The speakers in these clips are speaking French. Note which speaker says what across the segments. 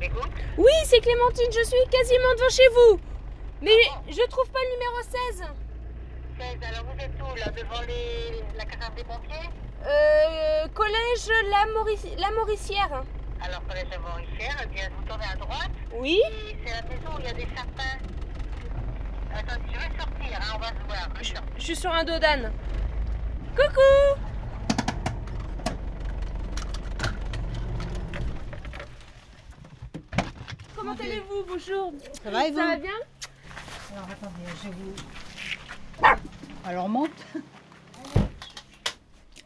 Speaker 1: m'écoutes
Speaker 2: Oui, c'est Clémentine, je suis quasiment devant chez vous. Mais je trouve pas le numéro 16.
Speaker 1: 16, alors vous êtes où là Devant les... la caserne des pompiers
Speaker 2: Euh, collège La, Maurici- La Mauricière.
Speaker 1: Alors collège à Mauricière, eh bien vous tournez à droite,
Speaker 2: Oui.
Speaker 1: et c'est la maison où il y a des sapins. Attendez, je vais sortir, hein, on va se voir. Je sors.
Speaker 2: Je suis sur un dos d'âne. Coucou Comment allez-vous Bonjour.
Speaker 3: Ça va et vous
Speaker 2: Ça va bien
Speaker 3: Alors attendez, je vous. Alors on monte.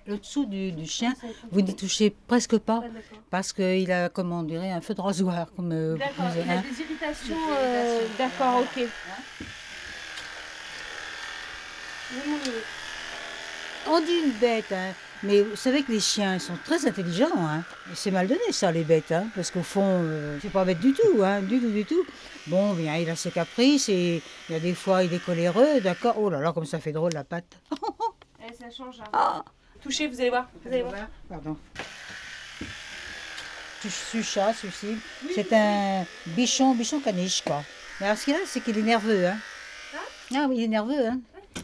Speaker 3: Le dessous du, du chien, vous n'y touchez presque pas parce qu'il a, comment on dirait, un feu de rasoir. Comme, euh,
Speaker 2: D'accord,
Speaker 3: vous-
Speaker 2: il a
Speaker 3: hein.
Speaker 2: des irritations. euh, D'accord, ok.
Speaker 3: On dit une bête, hein, mais vous savez que les chiens ils sont très intelligents. Hein. C'est mal donné ça, les bêtes, hein, parce qu'au fond, euh, c'est pas bête du tout, hein, du tout, du tout. Bon, bien, il a ses caprices et il y a des fois, il est coléreux, d'accord. Oh là là, comme ça fait drôle la patte.
Speaker 2: Eh, ça change. hein. Touchez, vous allez voir. Vous allez voir.
Speaker 3: Pardon. Tu suchasses aussi. C'est un bichon, bichon caniche, quoi. Mais alors, ce qu'il a, c'est qu'il est nerveux, hein. Ah oui, il est nerveux, hein.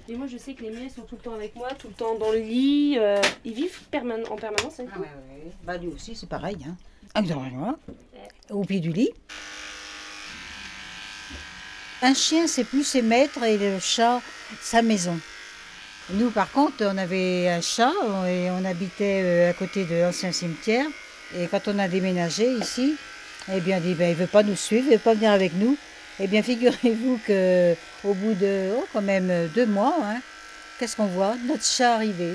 Speaker 2: Et moi, je sais que les miens sont tout le temps avec moi, tout le temps dans le lit. euh, ils vivent perman- en permanence hein. avec moi.
Speaker 3: Bah, lui aussi, c'est pareil, hein. Un grand noir, au pied du lit. Un chien, c'est plus ses maîtres et le chat, sa maison. Nous, par contre, on avait un chat on- et on habitait euh, à côté de l'ancien cimetière. Et quand on a déménagé ici, eh bien, on dit, ben, il ne veut pas nous suivre, il ne veut pas venir avec nous. Eh bien, figurez-vous que au bout de, oh, quand même, euh, deux mois, hein, qu'est-ce qu'on voit Notre chat arrivé.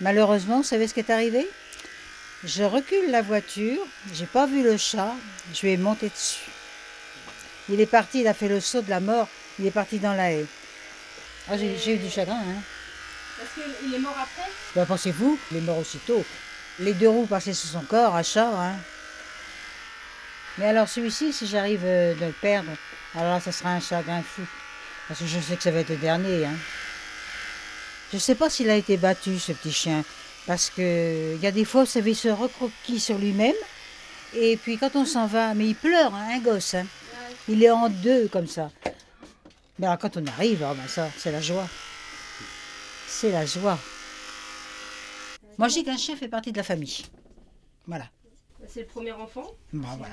Speaker 3: Malheureusement, vous savez ce qui est arrivé Je recule la voiture, j'ai pas vu le chat, je lui ai monté dessus. Il est parti, il a fait le saut de la mort, il est parti dans la haie. Ah, j'ai j'ai eu du chagrin, hein
Speaker 2: Parce qu'il est mort après
Speaker 3: bah, Pensez-vous, il est mort aussitôt. Les deux roues passaient sous son corps, à chat. Hein. Mais alors celui-ci, si j'arrive euh, de le perdre, alors là, ça sera un chagrin fou. Parce que je sais que ça va être le dernier. Hein. Je ne sais pas s'il a été battu, ce petit chien. Parce que il y a des fois, vous savez, il se recroqueville sur lui-même. Et puis quand on s'en va, mais il pleure, hein, un gosse. hein. Il est en deux comme ça. Mais alors quand on arrive, ah ben ça, c'est la joie. C'est la joie. Moi, je dis qu'un chien fait partie de la famille. Voilà.
Speaker 2: C'est le premier enfant.
Speaker 3: Bon, voilà.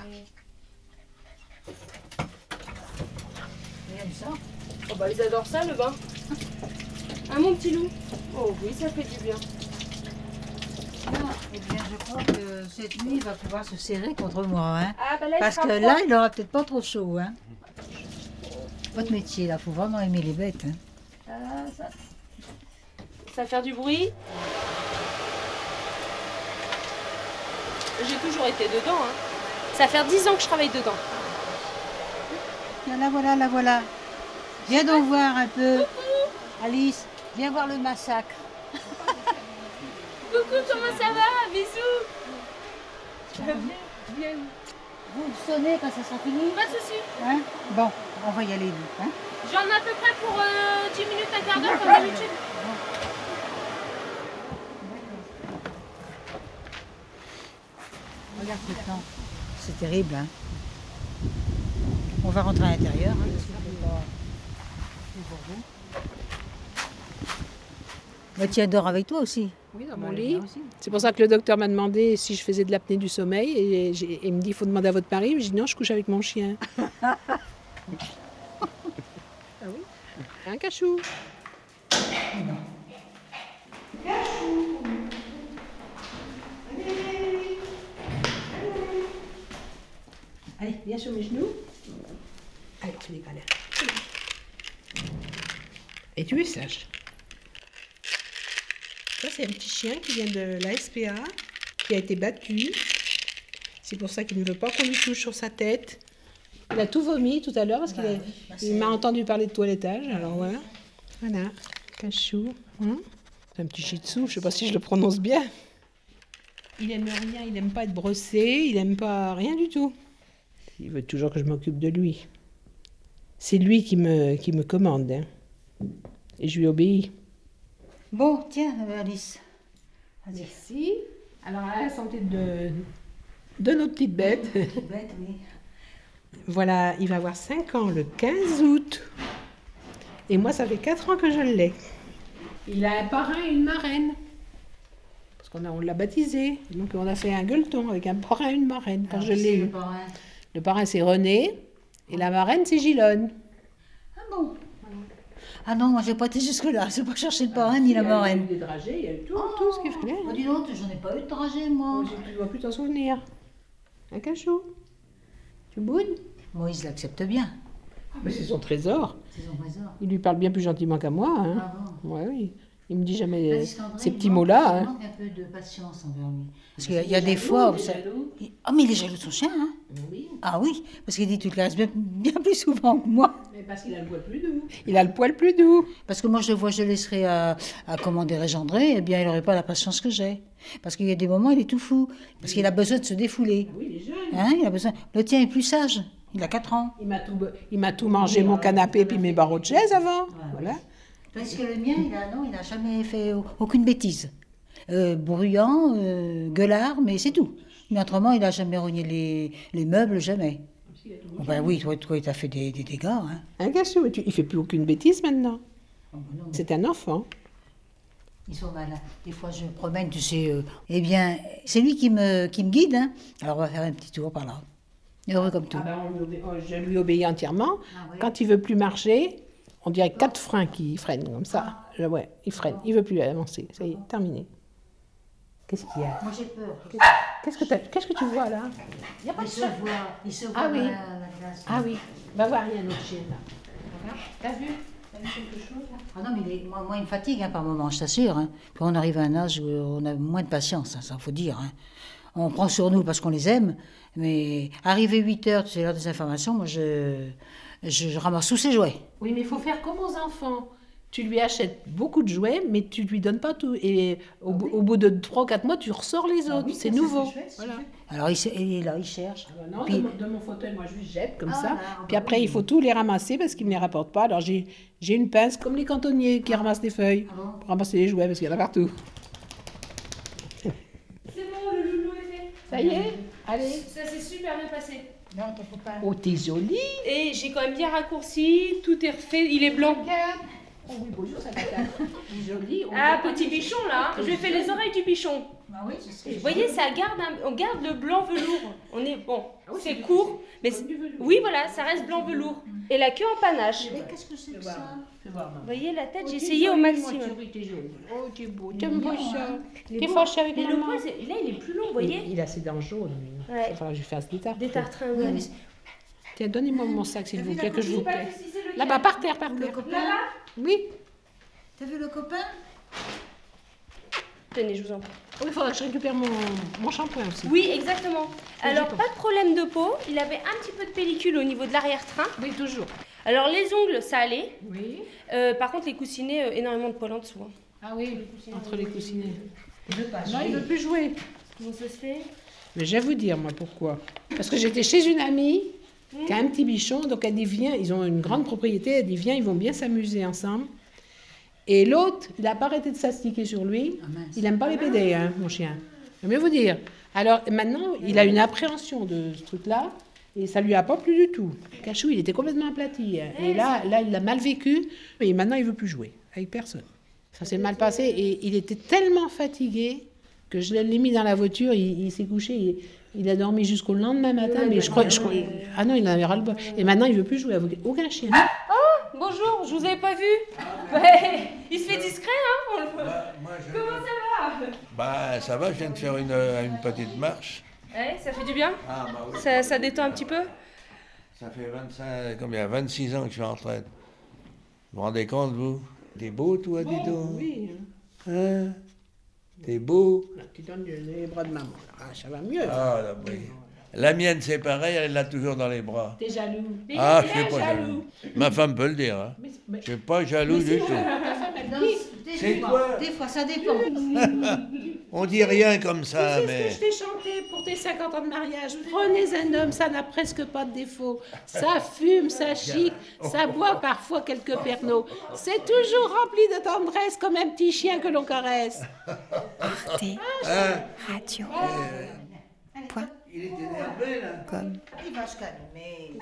Speaker 2: Oh bah ils adorent ça le bain. Ah mon petit loup. Oh oui ça fait du bien.
Speaker 3: Eh bien, je crois que cette nuit, il va pouvoir se serrer contre moi. Hein,
Speaker 2: Ah bah là
Speaker 3: parce que là, il aura peut-être pas trop chaud. Hein. Votre métier, là, faut vraiment aimer les bêtes. Hein.
Speaker 2: Ah, ça... va faire du bruit. J'ai toujours été dedans. Hein. Ça fait 10 ans que je travaille dedans.
Speaker 3: Tiens, la voilà, la voilà. Viens donc voir un peu. Alice, viens voir le massacre.
Speaker 2: Coucou comment ça va Bisous. Bien.
Speaker 3: Vous le sonnez quand ça sera fini
Speaker 2: Pas de soucis.
Speaker 3: hein Bon, on va y aller, nous. Hein
Speaker 2: J'en ai à peu près pour euh, 10 minutes, un quart d'heure comme d'habitude.
Speaker 3: Regarde ce temps. C'est terrible. hein. On va rentrer à l'intérieur. hein, parce que c'est pas- c'est pour vous. Bah, tu adores avec toi aussi.
Speaker 4: Oui, dans
Speaker 3: Bah,
Speaker 4: mon
Speaker 3: elle
Speaker 4: lit.
Speaker 3: vient aussi.
Speaker 4: C'est pour ça que le docteur m'a demandé si je faisais de l'apnée du sommeil et j'ai- il me dit il faut demander à votre mari. Je dis non, je couche avec mon chien. ah oui Un cachou.
Speaker 3: Allez, viens sur mes genoux.
Speaker 4: Allez, on déconne. Et tu es sage. Ça, c'est un petit chien qui vient de la SPA, qui a été battu. C'est pour ça qu'il ne veut pas qu'on lui touche sur sa tête. Il a tout vomi tout à l'heure parce qu'il est- il m'a entendu parler de toilettage. Alors voilà. Voilà. Cachou. Hein C'est un petit shih tzu, je ne sais pas si je le prononce bien. Il aime rien, il n'aime pas être brossé, il n'aime pas rien du tout. Il veut toujours que je m'occupe de lui. C'est lui qui me, qui me commande. hein. Et je lui obéis.
Speaker 3: Bon, tiens, euh, Alice. Vas-y.
Speaker 4: Merci. Alors, à la santé de, de nos petites bêtes.
Speaker 3: Bête, oui.
Speaker 4: Voilà, il va avoir 5 ans le 15 août. Et moi, ça fait 4 ans que je l'ai. Il a un parrain et une marraine. Parce qu'on a- on l'a baptisé. Donc on a fait un gueuleton avec un parrain et une marraine quand je l'ai eu. Ah, Le parrain, c'est René. Et la marraine, c'est Gilonne.
Speaker 3: Ah bon Ah non, moi j'ai pas été jusque-là, j'ai pas cherché le parrain ni la marraine.
Speaker 4: Il y a eu des dragées, il y a eu tout,
Speaker 3: Oh,
Speaker 4: tout ce qu'il fallait.
Speaker 3: bah dis donc, j'en ai pas eu de trajet moi.
Speaker 4: Tu ne dois plus t'en souvenir. Un cachot. Tu boudes
Speaker 3: Moïse l'accepte bien,
Speaker 4: Ah, Mais c'est son trésor.
Speaker 3: c'est son trésor.
Speaker 4: Il lui parle bien plus gentiment qu'à moi. hein.
Speaker 3: Ah bon
Speaker 4: Ouais, oui. Il me dit jamais euh,
Speaker 3: Tandis qu'André,
Speaker 4: ces
Speaker 3: il
Speaker 4: petits
Speaker 3: manque-
Speaker 4: mots-là.
Speaker 3: il
Speaker 4: hein.
Speaker 3: manque un peu de patience envers lui. Parce qu'il y a- il y a des fois où ça. Il- Ah, mais il est jaloux de son chien, hein Ah oui, parce qu'il dit tu te lasses bien, bien plus souvent que moi.
Speaker 4: Il a le poil plus doux.
Speaker 3: Parce que moi, je le vois, je le laisserai à, à comment dirais-je, André, eh bien, il n'aurait pas la patience que j'ai. Parce qu'il y a des moments, il est tout fou. Parce qu'il a besoin de se défouler.
Speaker 4: Oui, il est jeune.
Speaker 3: Hein, il a besoin. Le tien est plus sage. Il a 4 ans.
Speaker 4: Il m'a tout, il m'a tout mangé, mon canapé puis mes barreaux de chaise avant. Voilà.
Speaker 3: Parce que le mien, il a, non, il n'a jamais fait au- aucune bêtise. Euh, bruyant, euh, gueulard, mais c'est tout. Mais autrement, il n'a jamais rogné les, les meubles, jamais. Oh ben oui, toi, toi, il t'a fait des, des dégâts. Hein.
Speaker 4: Un cachot. Tu- Il fait plus aucune bêtise maintenant. Oh, C'est un enfant.
Speaker 3: Ils sont malins. Des fois, je me promène, tu sais. euh, eh bien, c'est lui qui me, qui me guide. Hein. Alors, on va faire un petit tour par là. Heureux comme tout.
Speaker 4: Ah ben, on lui obé- oh, je lui obéis entièrement.
Speaker 3: Ah ouais.
Speaker 4: Quand il veut plus marcher, on dirait quatre freins qui freinent comme ça. Je- ouais, il freine. Il veut plus avancer. Ça y est, terminé. Ah. Qu'est-ce qu'il y a
Speaker 3: Moi, j'ai peur.
Speaker 4: Qu'est-ce que, t'as- qu'est-ce que tu vois là
Speaker 3: Il, se voit. Il se voit.
Speaker 4: Ah oui.
Speaker 3: dans la- la glace.
Speaker 4: Ah oui, va voir, il y a un autre chien là. T'as vu
Speaker 3: Ah non, mais les- moi, moi, il me fatigue hein, par moments, je t'assure. hein. Puis on arrive à un âge où euh, on a moins de patience, hein, ça faut dire. hein. On prend sur nous parce qu'on les aime, mais arrivé 8 heures, c'est l'heure des informations, moi je, je, je ramasse tous ces jouets.
Speaker 4: Oui, mais il faut faire comme aux enfants. Tu lui achètes beaucoup de jouets, mais tu lui donnes pas tout. Et au, bout- au bout de 3-4 mois, tu ressors les autres. c'est nouveau. Voilà.
Speaker 3: Alors il, se- il est là, il cherche.
Speaker 4: Ah bah non,
Speaker 3: Puis-
Speaker 4: de, mon, de mon fauteuil, moi je lui jette comme
Speaker 3: Ah,
Speaker 4: ça.
Speaker 3: là, ah
Speaker 4: Puis
Speaker 3: bah
Speaker 4: après,
Speaker 3: oui.
Speaker 4: il faut tout les ramasser parce qu'il ne les rapporte pas. Alors j'ai j'ai une pince comme les cantonniers qui ramassent des feuilles
Speaker 3: Ah bon
Speaker 4: pour ramasser les jouets parce qu'il y en a partout.
Speaker 2: C'est bon, le loulou est fait.
Speaker 4: Ça y est Allez.
Speaker 2: Ça s'est super bien passé.
Speaker 3: Non, t'en faut pas.
Speaker 4: Oh, t'es jolie
Speaker 2: Et j'ai quand même bien raccourci, tout est refait, il est blanc.
Speaker 4: Oh oui, bonjour, ça T'es jolie.
Speaker 2: Ah, petit bichon là, hein. je lui ai fait les oreilles du bichon.
Speaker 3: Bah oui, c'est ce que
Speaker 2: Vous
Speaker 3: je-
Speaker 2: voyez, ça garde un- on garde le blanc velours. On est bon,
Speaker 3: Ah
Speaker 2: c'est court, mais c'est- oui, voilà, ça reste blanc velours.
Speaker 3: Mm.
Speaker 2: Et la queue en panache.
Speaker 3: Mais qu'est-ce que c'est que ça
Speaker 2: Vous voyez la tête, j'ai essayé au maximum.
Speaker 4: Oh, t'es beau. T'aimes
Speaker 3: mignon,
Speaker 4: pas ça
Speaker 3: hein.
Speaker 4: T'es fâché avec
Speaker 2: Mais le
Speaker 4: maman
Speaker 2: poids, c'est- là, il est plus long, vous voyez
Speaker 4: Il a ses dents jaunes. lui.
Speaker 2: Ouais.
Speaker 4: Il va falloir que je lui fasse des tartes.
Speaker 2: Des tartrins,
Speaker 3: Oui,
Speaker 2: ouais.
Speaker 3: mais c'est-
Speaker 4: Tiens, donnez-moi mon sac, s'il vous plaît, que je vous plaît.
Speaker 2: Si c'est le
Speaker 4: Là-bas, par terre, par
Speaker 3: Le
Speaker 4: terre.
Speaker 3: copain
Speaker 4: Oui.
Speaker 3: T'as vu le copain
Speaker 2: Tenez, je vous en prie.
Speaker 4: Oui, il faudra que je récupère mon, mon shampoing aussi.
Speaker 2: Oui, exactement. Alors,
Speaker 4: j'y
Speaker 2: pas de problème de peau. Il avait un petit peu de pellicule au niveau de l'arrière-train.
Speaker 4: Oui, toujours.
Speaker 2: Alors, les ongles, ça allait.
Speaker 4: Oui.
Speaker 2: Euh, par contre, les coussinets, euh, énormément de poils en dessous. hein.
Speaker 4: Ah oui, entre les coussinets.
Speaker 3: Le pas.
Speaker 4: Non, il ne veut plus jouer.
Speaker 2: Comment ça se fait
Speaker 4: Mais je vais vous dire, moi, pourquoi. Parce que j'étais chez une amie qui a un petit bichon, donc elle dit viens, ils ont une grande propriété, elle dit viens, ils vont bien s'amuser ensemble. Et l'autre, il n'a pas arrêté de s'astiquer sur lui.
Speaker 3: Ah, mince.
Speaker 4: il n'aime pas les PD, hein, mon chien. Je vais mieux vous dire. Alors maintenant, il a une appréhension de ce truc-là. Et ça lui a pas plu du tout. Cachou, il était complètement aplati. hein. Et là, là, il l'a mal vécu. Et maintenant, il veut plus jouer avec personne. Ça s'est mal passé. Et il était tellement fatigué que je l'ai mis dans la voiture. Il, il s'est couché. Il, il a dormi jusqu'au lendemain matin. Mais je crois, je crois- ah non, il en avait ras le bol. Et maintenant, il veut plus jouer avec aucun chien.
Speaker 3: Ah.
Speaker 2: Bonjour, je vous avais pas vu. Ouais, il se fait discret, hein on le- Comment ça va
Speaker 5: Bah ça va, je viens de faire une, euh, une petite marche.
Speaker 2: Ouais, Eh, ça fait du bien
Speaker 5: Ah bah oui.
Speaker 2: ça, ça détend un petit peu
Speaker 5: Ça fait 25, combien 26 ans que je suis en retraite. Vous vous rendez compte, vous T'es beau, toi, dis donc
Speaker 4: Oui.
Speaker 5: Hein T'es beau
Speaker 4: Tu donnes les bras de maman. Ah, ça va mieux.
Speaker 5: Ah, la brille. La mienne, c'est pareil, elle l'a toujours dans les bras.
Speaker 4: T'es jaloux.
Speaker 5: Ah, je suis pas jaloux. Ma femme peut le dire, hein. Je suis pas jaloux du tout.
Speaker 3: Non, des
Speaker 5: C'est
Speaker 3: fois-
Speaker 5: quoi
Speaker 3: Des fois, ça dépend.
Speaker 5: On dit rien comme ça,
Speaker 4: C'est
Speaker 5: Ah, mais...
Speaker 4: ce que je t'ai chanté pour tes 50 ans de mariage. Prenez un homme, ça n'a presque pas de défaut. Ça fume, ça chic, ça boit parfois quelques pernots. C'est toujours rempli de tendresse comme un petit chien que l'on caresse.
Speaker 6: Arte Radio. Point
Speaker 5: Il est énervé, là.
Speaker 6: Comme.
Speaker 3: Il va se calmer.